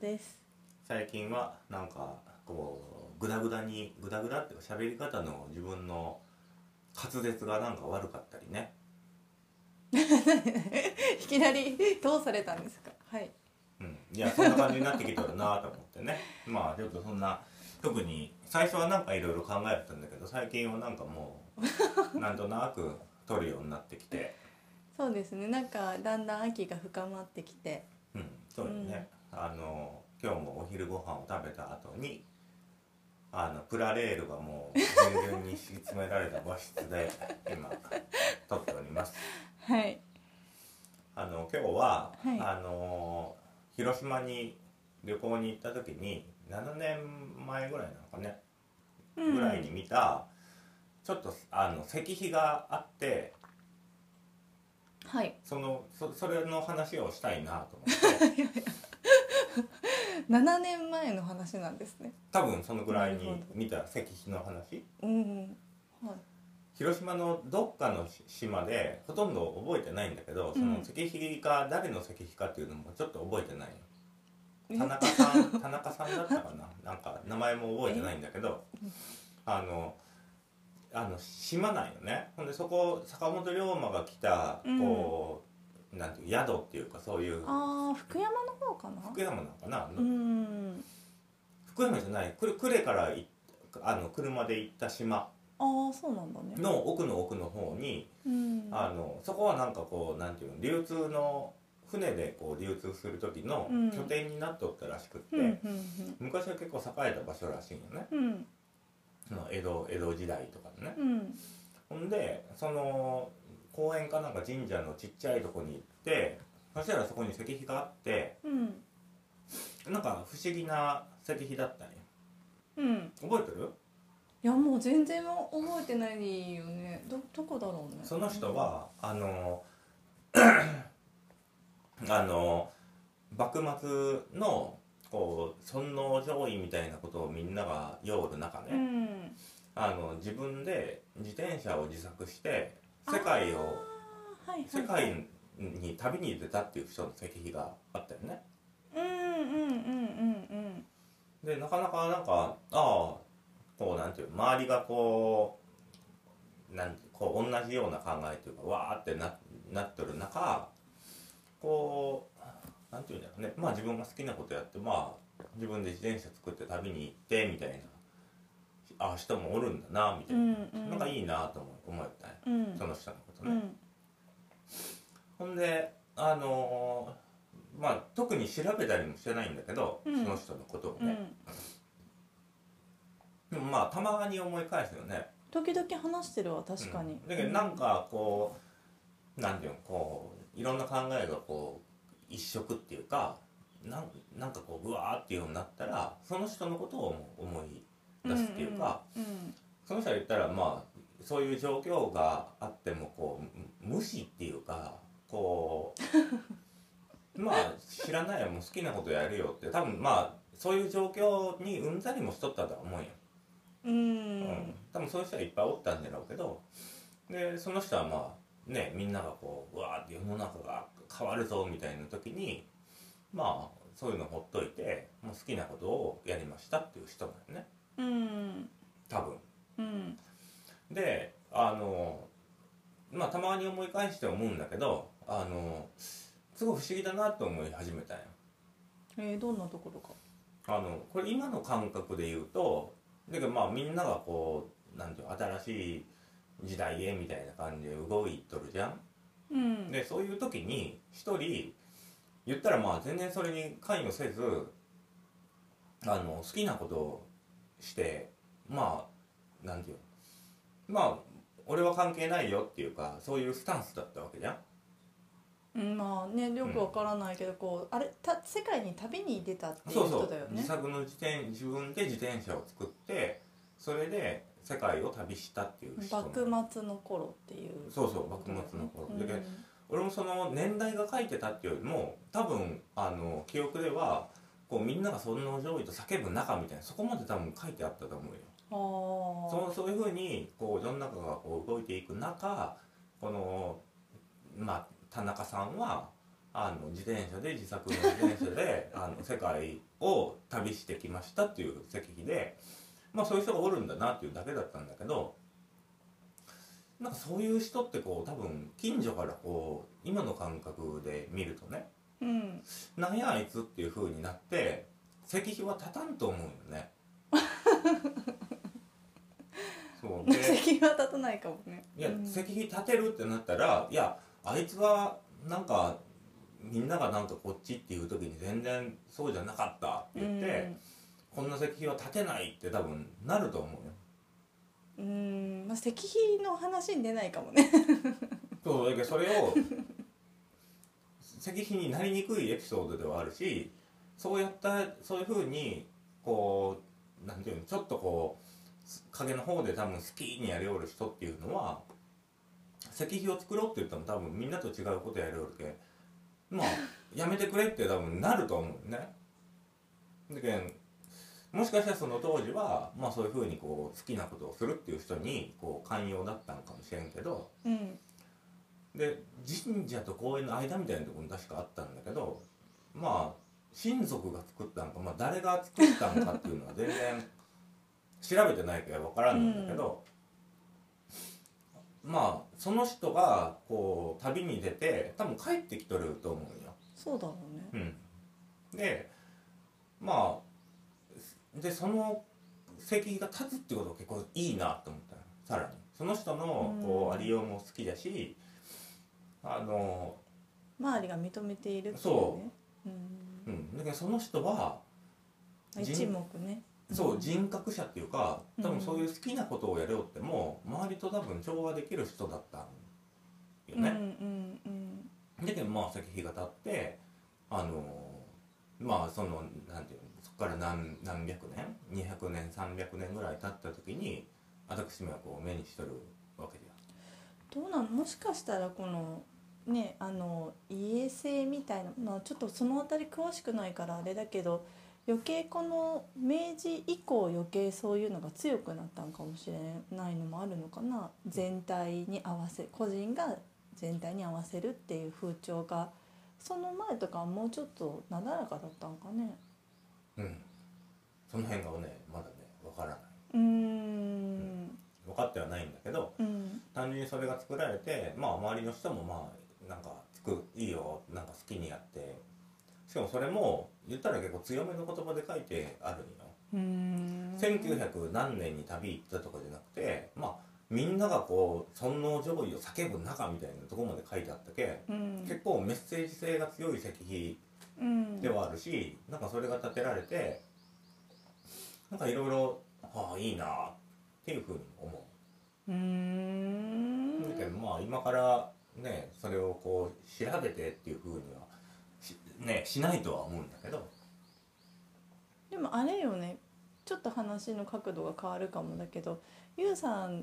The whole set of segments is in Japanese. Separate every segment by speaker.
Speaker 1: です
Speaker 2: 最近はなんかこうグダグダにグダグダっていうか喋り方の自分の滑舌がなんか悪かったりね
Speaker 1: いきなりどうされたんですかはい
Speaker 2: うんいやそんな感じになってきたらなと思ってね まあちょっとそんな特に最初はなんかいろいろ考えてたんだけど最近はなんかもうなんとなく取るようになってきて
Speaker 1: そうですねなんかだんだん秋が深まってきて
Speaker 2: うんそうよね、あの今日もお昼ご飯を食べた後にあのプラレールがもう全然に敷き詰められた和室で 今撮っております
Speaker 1: はい
Speaker 2: あの今日は、
Speaker 1: はい
Speaker 2: あの広島に旅行に行った時に7年前ぐらいなのかね、
Speaker 1: うん
Speaker 2: ぐらいに見たちょっとあの石碑があって
Speaker 1: はい
Speaker 2: そのそそれの話をしたいなと思 って
Speaker 1: 7年前の話なんですね
Speaker 2: 多分そのぐらい
Speaker 1: なる
Speaker 2: に
Speaker 1: ほど
Speaker 2: 見た石碑の話
Speaker 1: うんはい
Speaker 2: 広島のどっかのし島でほとんど覚えてないんだけどその石碑か誰の石碑かっていうのもちょっと覚えてないの
Speaker 1: え
Speaker 2: 田中さん 田中さんだったかななんか名前も覚えてないんだけどあのあの島なんよねほんでそこ坂本龍馬が来た
Speaker 1: うん
Speaker 2: こう、なんていう宿っていうかそういう
Speaker 1: あー福山の方かな
Speaker 2: 福山なのかな、
Speaker 1: うん
Speaker 2: 福山じゃないく呉からいあの車で行った島
Speaker 1: ああそうなんだね
Speaker 2: の奥の奥の方に
Speaker 1: うん
Speaker 2: あのそこはなんかこうなんていうの流通の船でこう流通する時の
Speaker 1: うん
Speaker 2: 拠点になっとったらしくって、
Speaker 1: うんうん
Speaker 2: 昔は結構栄えた場所らしいんよね。
Speaker 1: うんうん
Speaker 2: その江戸江戸時代とかのね、
Speaker 1: うん
Speaker 2: ほんでその公園かなんか神社のちっちゃいとこに行ってそしたらそこに石碑があって
Speaker 1: うん
Speaker 2: なんか不思議な石碑だったんよ
Speaker 1: うん
Speaker 2: 覚えてる
Speaker 1: いやもう全然覚えてないよねどどこだろうね
Speaker 2: その人はあの あの幕末のこう尊王攘夷みたいなことをみんなが用る中ね、
Speaker 1: うん
Speaker 2: あの自分で自転車を自作して世界を
Speaker 1: あーはいはい
Speaker 2: 世界に旅に出たっていう人の石碑があったよね
Speaker 1: うんうんうんうん
Speaker 2: でなかなかなんかああこうなんていう周りがこうなんこう同じような考えというかわーってななってる中こうなんていうんだろうねまあ自分が好きなことやってまあ自分で自転車作って旅に行ってみたいなあ人もおるんだなみた
Speaker 1: う
Speaker 2: いな、
Speaker 1: んうん
Speaker 2: なんかいいなと思思ったね
Speaker 1: うんうん
Speaker 2: その人のこと
Speaker 1: う
Speaker 2: ね。
Speaker 1: ん
Speaker 2: ほんであのーまあ特に調べたりもしてないんだけど、
Speaker 1: うん
Speaker 2: その人のことを
Speaker 1: う
Speaker 2: ね、
Speaker 1: ん
Speaker 2: でもまあたまに思い返すよね
Speaker 1: 時々話してるわ確かに、
Speaker 2: うんだけどなんかこうなんていうのこういろんな考えがこう一色っていうかなんなんかこうぐわーっていうようになったらその人のことを思い出すっていうか、
Speaker 1: うん
Speaker 2: その人が言ったらまあそういう状況があってもこうむ無視っていうかこ うまあ知らないよもう好きなことやるよって多分まあそういう状況にうんざりもしとったとは思うよ、
Speaker 1: うんうん、
Speaker 2: うん、多分そういう人はいっぱいおったんだろうけどでその人はまあねみんながこううわーって世の中が変わるぞみたいな時にまあそういうのほっといてもう好きなことをやりましたっていう人だよね
Speaker 1: うん
Speaker 2: 多分。
Speaker 1: うん
Speaker 2: であのまあたまに思い返して思うんだけどあのすごい不思議だなと思い始めたんよ
Speaker 1: えー、どんなところか
Speaker 2: あのこれ今の感覚で言うとだけどまあみんながこうなんていうの新しい時代へみたいな感じで動いとるじゃん。
Speaker 1: うん
Speaker 2: でそういう時に一人言ったらまあ全然それに関与せずあの好きなことをしてまあなんていうのまあ俺は関係ないよっていうかそういうスタンスだったわけじゃん。
Speaker 1: うんまあねよくわからないけどこうあれた世界に旅に出たっていう
Speaker 2: そうそ
Speaker 1: 人
Speaker 2: う
Speaker 1: だよね
Speaker 2: 自作の自転自分で自転車を作ってそれで世界を旅したっていう人
Speaker 1: 幕
Speaker 2: も
Speaker 1: 末の頃っていう
Speaker 2: そうそう幕末の頃、
Speaker 1: うん
Speaker 2: だけど俺もその年代が書いてたっていうよりも多分あの記憶ではこうみんなが「尊王攘夷」と叫ぶ中みたいなそこまで多分書いてあったと思うよ。
Speaker 1: あ
Speaker 2: そうそういうふうにこう世の中がこう動いていく中この、まあ、田中さんはあの自転車で自作の自転車で あの世界を旅してきましたっていう石碑で、まあ、そういう人がおるんだなっていうだけだったんだけどなんかそういう人ってこう多分近所からこう今の感覚で見るとね
Speaker 1: うん
Speaker 2: なんやあいつっていう風になって石碑は立たんと思うよね。そうで
Speaker 1: 責任は立たないかもね
Speaker 2: いや、
Speaker 1: うん
Speaker 2: 石碑立てるってなったらいやあいつはなんかみんながなんかこっちっていう時に全然そうじゃなかったって言って、こんな石碑は立てないって多分なると思うよ。
Speaker 1: うん、うんまあ、石碑の話に出ないかもね
Speaker 2: そうだけどそれを石碑になりにくいエピソードではあるしそうやったそういうふうにこうなんていうのちょっとこう影の方で多分好きにやりおる人っていうのは石碑を作ろうって言っても多分みんなと違うことやりおるけまあやめてくれって多分なると思うよね。だけんもしかしたらその当時は、まあ、そういうふうにこう好きなことをするっていう人にこう寛容だったのかもしれんけど。
Speaker 1: うん
Speaker 2: で神社と公園の間みたいなところに確かあったんだけどまあ親族が作ったのか、まあ、誰が作ったのかっていうのは全然調べてないから分からんんだけど、まあその人がこう旅に出て多分帰ってきとると思うよ。
Speaker 1: そうだろうね
Speaker 2: うん、でまあでその石碑が立つってことが結構いいなと思ったのさらにその人のこう
Speaker 1: う
Speaker 2: んありようも好きだしあの、
Speaker 1: 周りが認めているっていう
Speaker 2: そ
Speaker 1: ねうん
Speaker 2: うん、だからその人は
Speaker 1: まあ
Speaker 2: 人
Speaker 1: 一目ね
Speaker 2: そううん人格者っていうか多
Speaker 1: うん
Speaker 2: 分そういう好きなことをやりおっても周りと多分調和できる人だったんよ
Speaker 1: うんう
Speaker 2: ね。
Speaker 1: んうん
Speaker 2: でまあ石碑が立ってあのまあそのなんていうのそこから何何百年200年300年ぐらい経った時に私めはこう目にしとるわけじゃ
Speaker 1: どうなのもしかしたらこのねあの家制みたいな、まあ、ちょっとその辺り詳しくないからあれだけど余計この明治以降余計そういうのが強くなったんかもしれないのもあるのかな全体に合わせ個人が全体に合わせるっていう風潮がその前とかはもうちょっとなだらかだったんかね
Speaker 2: んうんその辺がねまだね分からないう
Speaker 1: ーん
Speaker 2: 分かってはないんだけど
Speaker 1: うん
Speaker 2: 単純にそれが作られてまあ周りの人もまあなんかつくいいよなんか好きにやってしかもそれも言ったら結構強めの言葉で書いてあるんよ
Speaker 1: うーん
Speaker 2: 1900何年に旅行ったとかじゃなくてまあみんながこう尊王攘夷を叫ぶ中みたいなとこまで書いてあったけ
Speaker 1: うん
Speaker 2: 結構メッセージ性が強い石碑
Speaker 1: うん
Speaker 2: ではあるしなんかそれが建てられてなんかいろいろああいいなっていうふうに思
Speaker 1: うー
Speaker 2: う。
Speaker 1: ん
Speaker 2: だけどまあ今からねそれをこう調べてっていうふうにはし,、ね、しないとは思うんだけど
Speaker 1: でもあれよねちょっと話の角度が変わるかもだけどゆうさんっ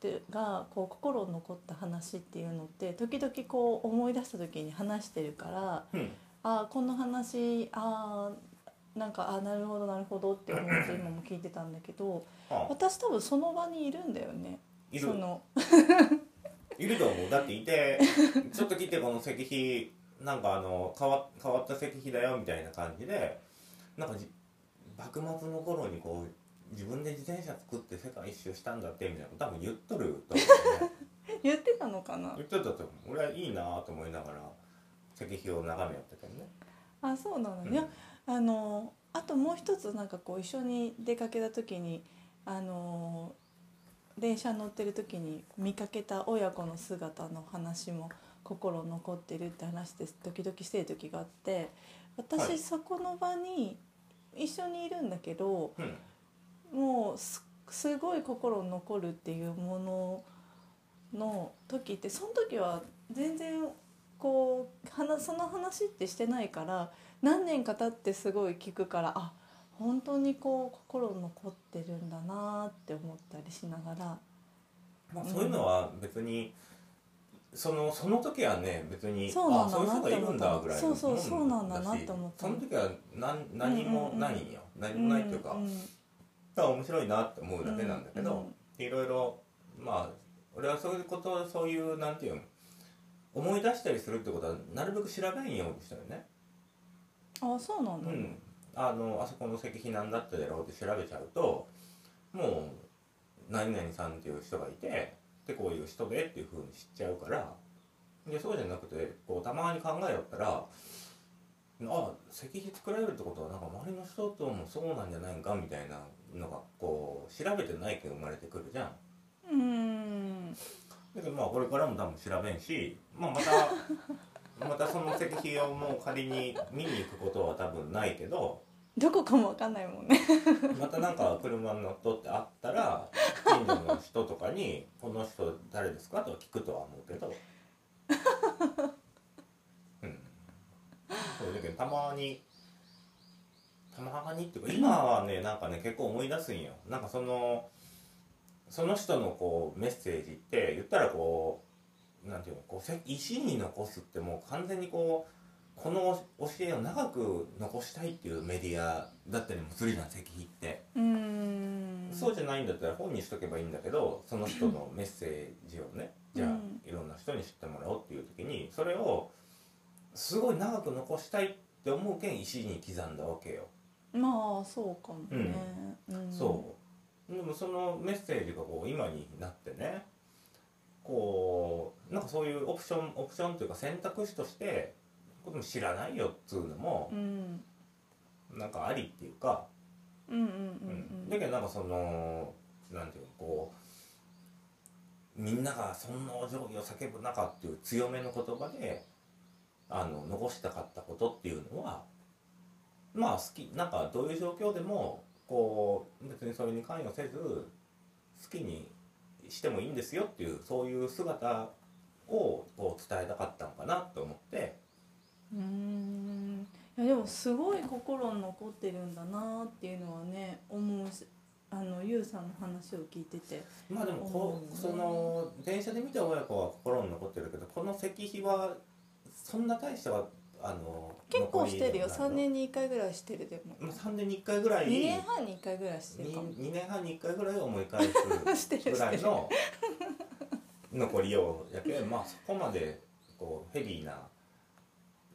Speaker 1: てがこう心に残った話っていうのって時々こう思い出した時に話してるから
Speaker 2: うん
Speaker 1: ああこの話ああなんかあーなるほどなるほどって思って今も聞いてたんだけど
Speaker 2: ああ
Speaker 1: 私多分その場にいるんだよね
Speaker 2: いる
Speaker 1: その
Speaker 2: いると思うだってい てちょっと来てこの石碑なんかあの変わ変わった石碑だよみたいな感じでなんかじ幕末の頃にこう自分で自転車作って世界一周したんだってみたいなこと多分言っとると思う、 ね、
Speaker 1: 言ってたのかな
Speaker 2: 言っとったと思う俺はいいなと思いながら石碑を眺めやったけどね、
Speaker 1: あそうなの、
Speaker 2: うん
Speaker 1: いやあのあともう一つなんかこう一緒に出かけた時にあの電車乗ってる時に見かけた親子の姿の話も心残ってるって話で時々してる時があって私、
Speaker 2: はい
Speaker 1: そこの場に一緒にいるんだけど
Speaker 2: うん、
Speaker 1: もうすすごい心残るっていうものの時ってその時は全然こう話その話ってしてないから何年か経ってすごい聞くからあ本当にこう心残ってるんだなって思ったりしながら
Speaker 2: まあ、
Speaker 1: うん
Speaker 2: そういうのは別に、そのその時はね別に
Speaker 1: そうなんだ
Speaker 2: あそういう人がいるんだ
Speaker 1: なって思った
Speaker 2: ぐらい
Speaker 1: そうそう
Speaker 2: もんだし
Speaker 1: そうなんだなって思った
Speaker 2: その時は何何もないんよ、何もないっていうか、
Speaker 1: ん
Speaker 2: だから面白いなって思うだけなんだけど、
Speaker 1: うん
Speaker 2: いろいろまあ俺はそういうことそういうなんていうの思い出したりするってことはなるべく調べんようにしたよね
Speaker 1: あそうなん
Speaker 2: う
Speaker 1: だ、
Speaker 2: んあのあそこの石碑なんだったやろうって調べちゃうともう何々さんっていう人がいてでこういう人でっていうふうに知っちゃうからでそうじゃなくてこうたまに考えよったらあ石碑作られるってことはなんか周りの人ともそうなんじゃないんかみたいなのがこう調べてないけど生まれてくるじゃん。
Speaker 1: うーん
Speaker 2: だけどまあこれからも多分調べんし、まあ、またまたその石碑をもう仮に見に行くことは多分ないけど
Speaker 1: どこかもわかんないもんね
Speaker 2: またなんか車に乗っ取ってあったら近所の人とかに「この人誰ですか?」とは聞くとは思うけどうんそうだけどたまにたまにっていうか今はねなんかね結構思い出すんよなんかそのその人のこうメッセージって言ったらこうなんていうのこうせ石に残すってもう完全にこうこの教えを長く残したいっていうメディアだったりもするじゃん石碑って、
Speaker 1: うーん
Speaker 2: そうじゃないんだったら本にしとけばいいんだけどその人のメッセージをねじゃあ、
Speaker 1: うん
Speaker 2: いろんな人に知ってもらおうっていう時にそれをすごい長く残したいって思うけん石に刻んだわけよ、
Speaker 1: まあそうかもね、うん
Speaker 2: そうでもそのメッセージがこう今になってねこうなんかそういうオプションオプションというか選択肢としてこれも知らないよっつうのも
Speaker 1: う、ん、
Speaker 2: なんかありっていうか、
Speaker 1: うんうんうん
Speaker 2: うん
Speaker 1: うん
Speaker 2: だけどなんかそのなんていうかこうみんなが尊王攘夷を叫ぶ中っていう強めの言葉であの残したかったことっていうのはまあ好きなんかどういう状況でもこう別にそれに関与せず好きにしてもいいんですよっていうそういう姿をこう伝えたかったのかなと思って。
Speaker 1: うーんいやでもすごい心に残ってるんだなっていうのはね思うしあのゆうさんの話を聞いてて
Speaker 2: まあでもこ
Speaker 1: うん
Speaker 2: その電車で見た親子は心に残ってるけどこの石碑はそんな大したあの
Speaker 1: 結構してるよ
Speaker 2: 残
Speaker 1: 3
Speaker 2: り
Speaker 1: 年に1回ぐらいしてるでも
Speaker 2: のまあ3年に1回ぐらい
Speaker 1: 2年半に1回ぐらいしてるかも
Speaker 2: に二年半に1回ぐらい思い返
Speaker 1: してるして
Speaker 2: す
Speaker 1: る
Speaker 2: ぐらい の残りようやけどまあそこまでこうヘビーな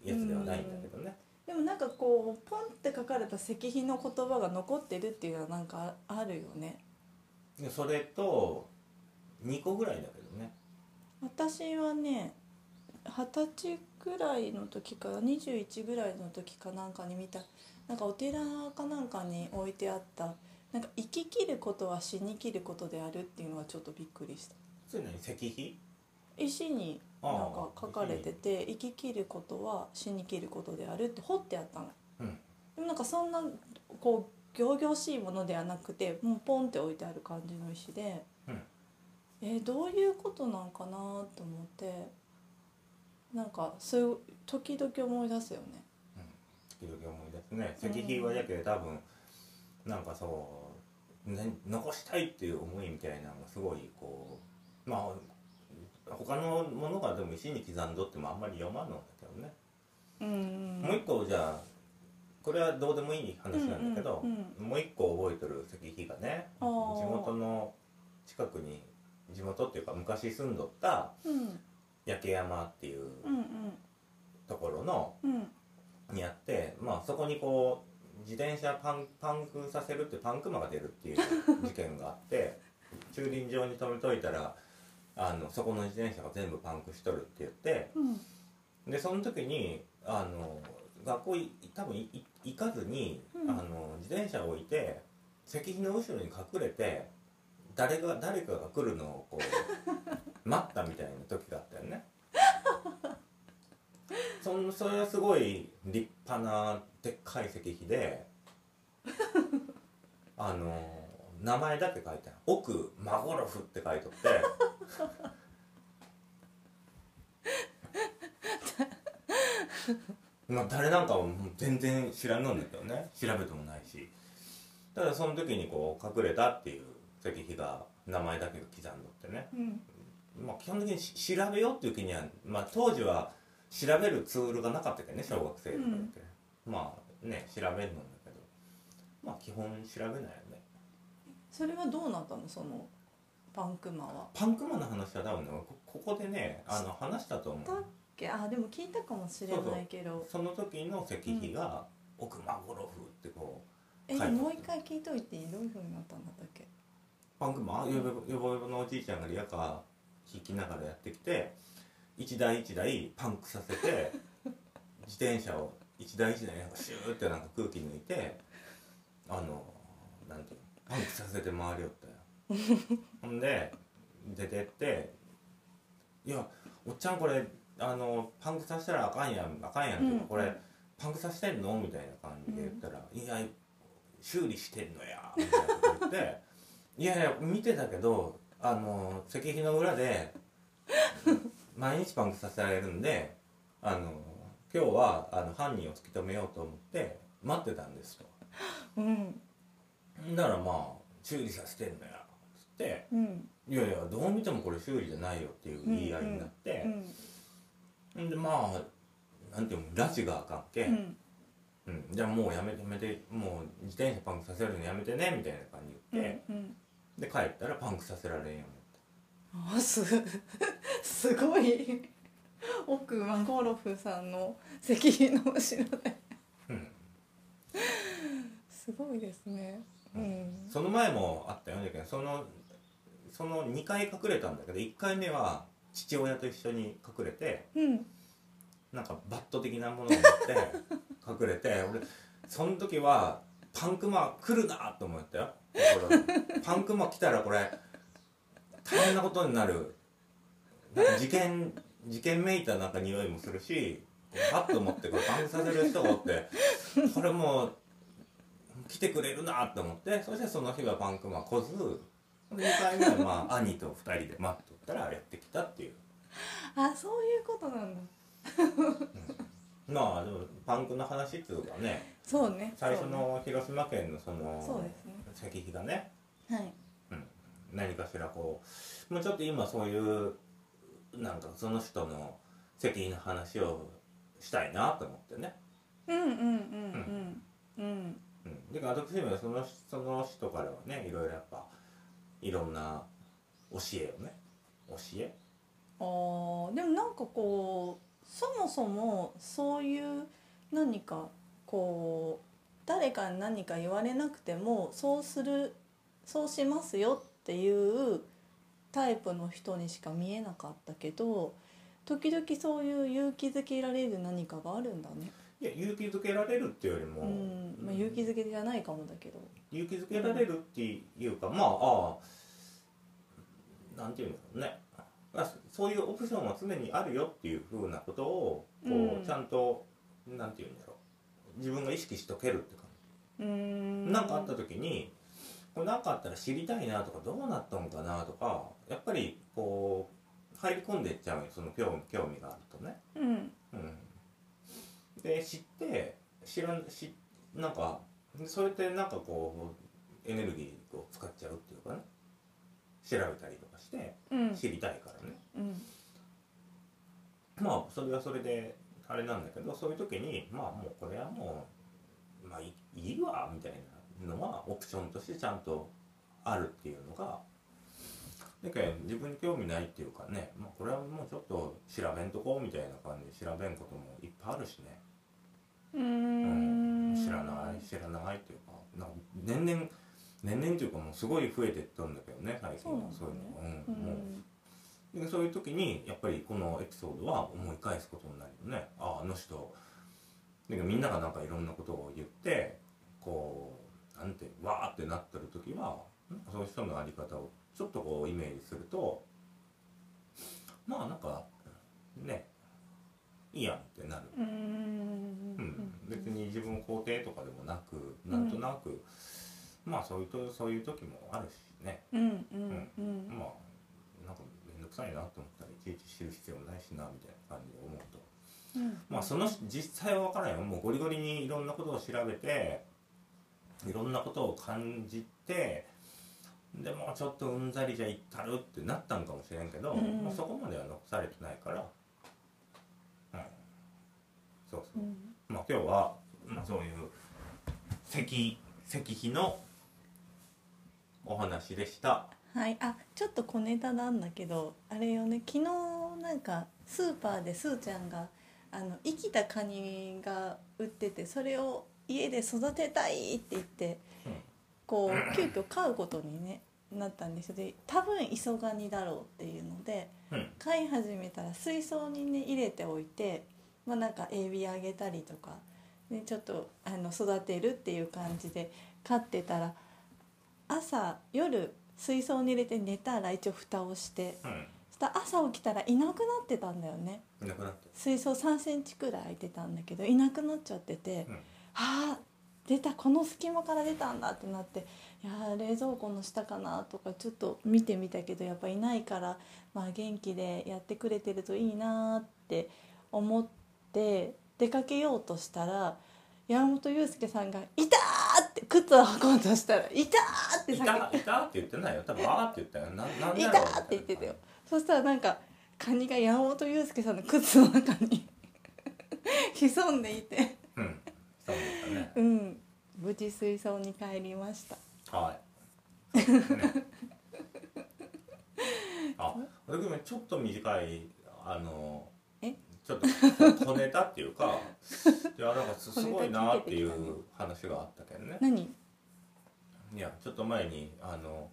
Speaker 2: やつではないんだけどね
Speaker 1: でもなんかこうポンって書かれた石碑の言葉が残ってるっていうのはなんかああるよね
Speaker 2: でそれと2個ぐらいだけどね
Speaker 1: 私はね二十歳ぐらいの時から21ぐらいの時かなんかに見たなんかお寺かなんかに置いてあったなんか生き切ることは死に切ることであるっていうのはちょっとびっくりした
Speaker 2: それ何石碑
Speaker 1: 石に
Speaker 2: あ
Speaker 1: なん
Speaker 2: あ
Speaker 1: か書かれてて生き切ることは死に切ることであるって掘ってあったの、
Speaker 2: うん
Speaker 1: でもなんかそんなこう仰々しいものではなくてもうポンって置いてある感じの石で、
Speaker 2: うん
Speaker 1: えーどういうことなんかなと思ってなんかそういう時々思い出すよね
Speaker 2: 時々思い出すね石碑はやけど多分なんかそう、ね、残したいっていう思いみたいなのがすごいこうまあ他のものがでも石に刻んどってもあんまり読まんのだけどね、
Speaker 1: うんうん
Speaker 2: もう一個じゃあこれはどうでもいい話なんだけど、
Speaker 1: うんうん
Speaker 2: もう一個覚えてる石碑がね地
Speaker 1: あー
Speaker 2: 元の近くに地元っていうか昔住んどった
Speaker 1: うん
Speaker 2: 焼山っていう
Speaker 1: うん
Speaker 2: ところの
Speaker 1: うんうん
Speaker 2: にあって、まあ、そこにこう自転車パンパンクさせるってパンクマが出るっていう事件があって駐輪場に止めといたらあのそこの自転車が全部パンクしとるって言って
Speaker 1: うん
Speaker 2: でその時にあの学校い多分いい行かずに、
Speaker 1: うん
Speaker 2: あの自転車を置いて石碑の後ろに隠れて誰が誰かが来るのをこ う待ったみたいな時があったよね。そんそれはすごい立派なでっかい石碑 であの名前だけ書いてある「奥マゴロフ」って書いとって。まあ誰なんかはもう全然知らんのんだけどね調べてもないしただその時にこう隠れたっていう石碑が名前だけが刻んどってね、
Speaker 1: うん
Speaker 2: まあ、基本的にし調べようっていう気には、まあ、当時は調べるツールがなかったけどね小学生とかだって、まあね調べるのんだけどまあ基本調べないよね
Speaker 1: それはどうなったのそのパンクマは。
Speaker 2: パンクマンの話は多分ねこここでねあの話したと思
Speaker 1: だっ
Speaker 2: う
Speaker 1: けあでも聞いたかもしれないけど
Speaker 2: その時の石碑が「奥孫ゴロフ」ってこう
Speaker 1: え
Speaker 2: はい
Speaker 1: もう一回聞いといていいどういうふうになったんだったっけ
Speaker 2: パンクマンよぼよぼよぼのおじいちゃんがリヤカー引きながらやってきて一台一台パンクさせ て自転車を一台一台なんかシューってなんか空気抜いてあのなんていうのパンクさせて回りよったよ ほんで出てって「いやおっちゃんこれあのパンクさせたらあかんやんあかんやん」っていうか
Speaker 1: うん
Speaker 2: これパンクさせてんの?」みたいな感じで言ったら「いや修理してんのや」みたいなこと言って 「いやいや見てたけどあの石碑の裏 で毎日パンクさせられるんであの今日はあの犯人を突き止めようと思って待ってたんです」と。
Speaker 1: うん
Speaker 2: ならまあ修理させてんのやつって
Speaker 1: うん
Speaker 2: 「いやいやどう見てもこれ修理じゃないよ」っていう言い合いになっ
Speaker 1: う
Speaker 2: て、
Speaker 1: ん
Speaker 2: んでまあなんていうの拉致があかんけ、
Speaker 1: うん
Speaker 2: うん、じゃあもうやめてやめてもう自転車パンクさせるのやめてねみたいな感じ
Speaker 1: う
Speaker 2: 言って
Speaker 1: ん、うん
Speaker 2: で帰ったらパンクさせられんよ
Speaker 1: あす すごい奥マゴロフさんの石碑の
Speaker 2: う
Speaker 1: 後ろで
Speaker 2: になった、
Speaker 1: すごいですねうん
Speaker 2: うん、その前もあったよねだけどそのその2回隠れたんだけど1回目は父親と一緒に隠れて
Speaker 1: うん
Speaker 2: なんかバット的なものを持って 隠れて俺その時はパンクマ来るなと思ったよ心にパンクマ来たらこれ大変なことになるなんか事件事件めいたなんか匂いもするしバット持ってこれパンクさせる人がおってこれもう来てくれるなと思ってそしてその日はパンクマ来ず2回目はまあ兄と2人で待っとったらやってきたっていう
Speaker 1: あそういうことなんだ
Speaker 2: まあでもパンクの話っていうかね
Speaker 1: そうね
Speaker 2: 最初の広島県のその
Speaker 1: そうですね
Speaker 2: 石碑がね
Speaker 1: そうねはい
Speaker 2: 何かしらこうもうちょっと今そういうなんかその人の石碑の話をしたいなと思ってね、
Speaker 1: うんうんうんうんうん
Speaker 2: うん、で私にはそのその人からはねいろいろやっぱいろんな教えをね教え
Speaker 1: あーでもなんかこうそもそもそういう何かこう誰かに何か言われなくてもそうするそうしますよっていうタイプの人にしか見えなかったけど時々そういう勇気づけられる何かがあるんだね。
Speaker 2: いや勇気づけられるっていうよりも、
Speaker 1: うんまあ、勇気づけじゃないかもだけど。
Speaker 2: 勇気づけられるっていうかまあああなんていうんだろうね、まあ、そそういうオプションは常にあるよっていうふうなことをこ
Speaker 1: うん
Speaker 2: うちゃんと、なんていうんだろう自分が意識しとけるって感
Speaker 1: う
Speaker 2: じ
Speaker 1: ーん
Speaker 2: 何、なん、かあった時にこれ何かあったら知りたいなとかどうなったんかなとかやっぱりこう入り込んでいっちゃうよその興味興味があるとね。
Speaker 1: うん
Speaker 2: うん、で知って知らんしなんかそれってなんかこうエネルギーを使っちゃうっていうかね調べたりとかして
Speaker 1: うん
Speaker 2: 知りたいからね、
Speaker 1: うん
Speaker 2: まあそれはそれであれなんだけどそういう時にまあもうこれはもうまあいいいわみたいなのはオプションとしてちゃんとあるっていうのが。だけど自分に興味ないっていうかね、まあ、これはもうちょっと調べんとこうみたいな感じで調べんこともいっぱいあるしね。
Speaker 1: うーん
Speaker 2: 知らない知らないっていうかなんか年々年々というかもうすごい増えてったんだけどね最近は
Speaker 1: そ
Speaker 2: そうう
Speaker 1: ないんだ
Speaker 2: うのが
Speaker 1: う
Speaker 2: うんも
Speaker 1: ん
Speaker 2: うでそういう時にやっぱりこのエピソードは思い返すことになるよねあああの人なんかみんながなんかいろんなことを言ってこうなんてわーってなってる時はなんかそういう人のあり方をちょっとこうイメージするとまあなんかねいいやんってなる
Speaker 1: うーん
Speaker 2: うん、別に自分を肯定とかでもなくなんとなく、まあそういうとそういう時もあるしね
Speaker 1: うんうんう
Speaker 2: まあ
Speaker 1: ん
Speaker 2: なんか面倒くさいなと思ったらいちいち知る必要ないしなみたいな感じで思うと
Speaker 1: うん
Speaker 2: まあその実際は分からないよもうゴリゴリにいろんなことを調べていろんなことを感じてでもちょっとうんざりじゃいったるってなったんかもしれんけど、
Speaker 1: うん
Speaker 2: まあそこまでは残されてないから、うん、そうそう
Speaker 1: うん
Speaker 2: まあ、今日は、まあ、そういう石石碑のお話でした。
Speaker 1: はい、あちょっと小ネタなんだけどあれよね昨日なんかスーパーですーちゃんがあの生きたカニが売っててそれを家で育てたいって言って
Speaker 2: うん
Speaker 1: こう急遽飼うことに、ね、なったんですよで多分磯ガニだろうっていうので
Speaker 2: うん
Speaker 1: 飼い始めたら水槽にね入れておいて、まあ、なんかエビあげたりとか、ね、ちょっとあの育てるっていう感じで飼ってたら朝夜水槽に入れて寝たら一応蓋をして
Speaker 2: うん
Speaker 1: そしたら朝起きたらいなくなってたんだよね
Speaker 2: いなくなって
Speaker 1: 水槽3センチくらい空いてたんだけどいなくなっちゃってて、
Speaker 2: うん
Speaker 1: ああ出たこの隙間から出たんだってなっていやー冷蔵庫の下かなとかちょっと見てみたけどやっぱいないから、まあ、元気でやってくれてるといいなーって思って出かけようとしたら山本裕介さんが「いた!」って靴を履こうとしたら「いた!」って
Speaker 2: い
Speaker 1: 叫ん
Speaker 2: たいたって言ってないよ多分あーって言ったよななん
Speaker 1: い
Speaker 2: で
Speaker 1: た
Speaker 2: だろう
Speaker 1: ーって言ってたよそしたらなんかカニが山本裕介さんの靴の中に 潜んでいて
Speaker 2: うんそうだったね
Speaker 1: うん無事水槽に帰りました
Speaker 2: はい。そうですねあ、俺ごめんちょっと短いあの
Speaker 1: え
Speaker 2: ちょっと小ネタっていう か、いやなんかすす
Speaker 1: 小ネタ
Speaker 2: ごいなってい
Speaker 1: 聞いてきたね
Speaker 2: う話があったけどね。
Speaker 1: 何、
Speaker 2: いやちょっと前にあの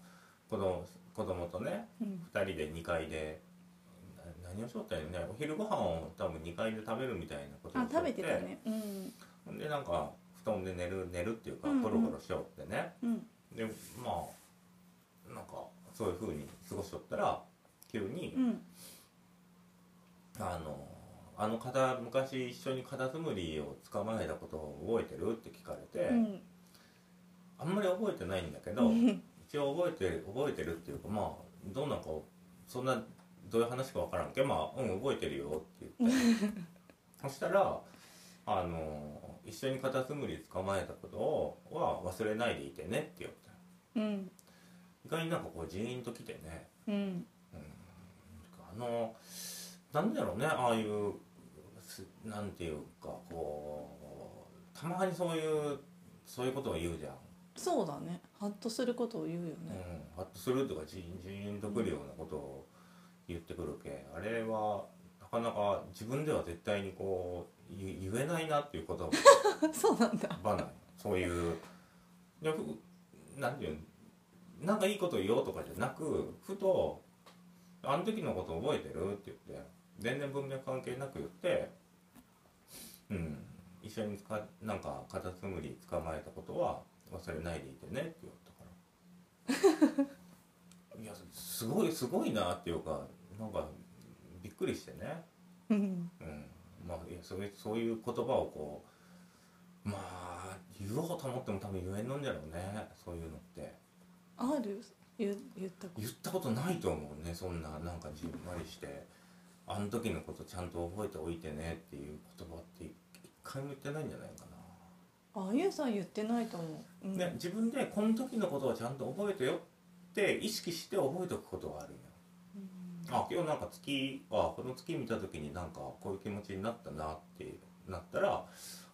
Speaker 2: 子供子供とね
Speaker 1: うん、
Speaker 2: 二人で二階で。な何をしようったんやねお昼ご飯を多分二階で食べるみたいなことを
Speaker 1: あ
Speaker 2: しよ
Speaker 1: 食べてたねうん
Speaker 2: ほんでなんか布団で寝る寝るっていうか
Speaker 1: うんうん
Speaker 2: ゴロゴロしようってね、
Speaker 1: うん
Speaker 2: でまあなんかそういう風に過ごしとったら急に、
Speaker 1: うん
Speaker 2: あの「あの方昔一緒にカタツムリを捕まえたことを覚えてる?」って聞かれて、
Speaker 1: うん
Speaker 2: あんまり覚えてないんだけ
Speaker 1: う
Speaker 2: ど
Speaker 1: ん
Speaker 2: 一応覚えてる覚えてるっていうかまあどんなかそんなどういう話か分からんけどまあうん覚えてるよって言って そしたらあの一緒にカタツムリ捕まえたことをは忘れないでいてねって言った
Speaker 1: うん
Speaker 2: 意外になんかこうジーンときてね、
Speaker 1: うん
Speaker 2: あのなんだろうねああいうすなんていうかこうたまにそういうそういうことを言うじゃん、
Speaker 1: そうだねハッとすることを言うよ
Speaker 2: うん
Speaker 1: ね、
Speaker 2: ハッとするとかじんじんとくるようなことを言ってくるけあれはなかなか自分では絶対にこう言言えないなっていうこと
Speaker 1: そうなんだ
Speaker 2: ばないそういういやふなんていうのなんかいいこと言おうとかじゃなくふと「あの時のこと覚えてる?」って言って全然文脈関係なく言って「うん一緒にかなんかカタツムリ捕まえたことは忘れないでいてね」って言ったからいやすごいすごいなっていうかなんかびっくりしてね
Speaker 1: うん
Speaker 2: うん、まあいやそれそういう言葉をこうまあ言おうと思っても多分言えんのんじゃろうねそういうのって
Speaker 1: ある言言ったこと
Speaker 2: 言ったことないと思うねそんななんかじんわりしてあの時のことちゃんと覚えておいてねっていう言葉って一回も言ってないんじゃないか
Speaker 1: あゆうさん言ってないと思う、うん
Speaker 2: な、ね、自分でこの時のことをちゃんと覚えてよって意識して覚えておくことはあるよ
Speaker 1: うん
Speaker 2: あ今日なんか月あこの月見た時になんかこういう気持ちになったなってなったら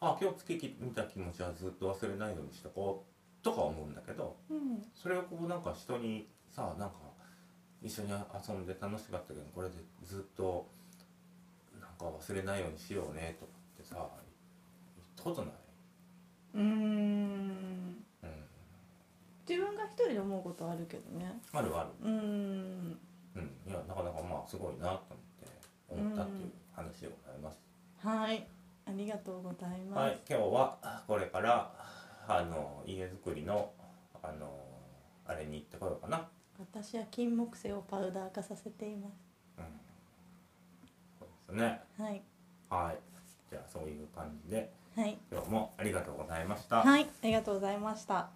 Speaker 2: あ今日月き見た気持ちはずっと忘れないようにしとこうとか思うんだけど
Speaker 1: うん
Speaker 2: それをこうなんか人にさなんか一緒に遊んで楽しかったけどこれでずっとなんか忘れないようにしようねとかってさ言ったことない、
Speaker 1: うー
Speaker 2: う
Speaker 1: ん
Speaker 2: ん、
Speaker 1: 自分が一人で思うことあるけどね
Speaker 2: あるある、
Speaker 1: うーん
Speaker 2: うん、いやなかなかまあすごいなと思って思ったっていう話でございます。
Speaker 1: はいありがとうございます、
Speaker 2: はい、今日はこれからあの家づくりのあのあれに行ってこようかな、
Speaker 1: 私は金木犀をパウダー化させていま
Speaker 2: うん、そうですね
Speaker 1: すはい
Speaker 2: はいじゃあそういう感じで
Speaker 1: はい
Speaker 2: 今日もありがとうございました、
Speaker 1: はいありがとうございました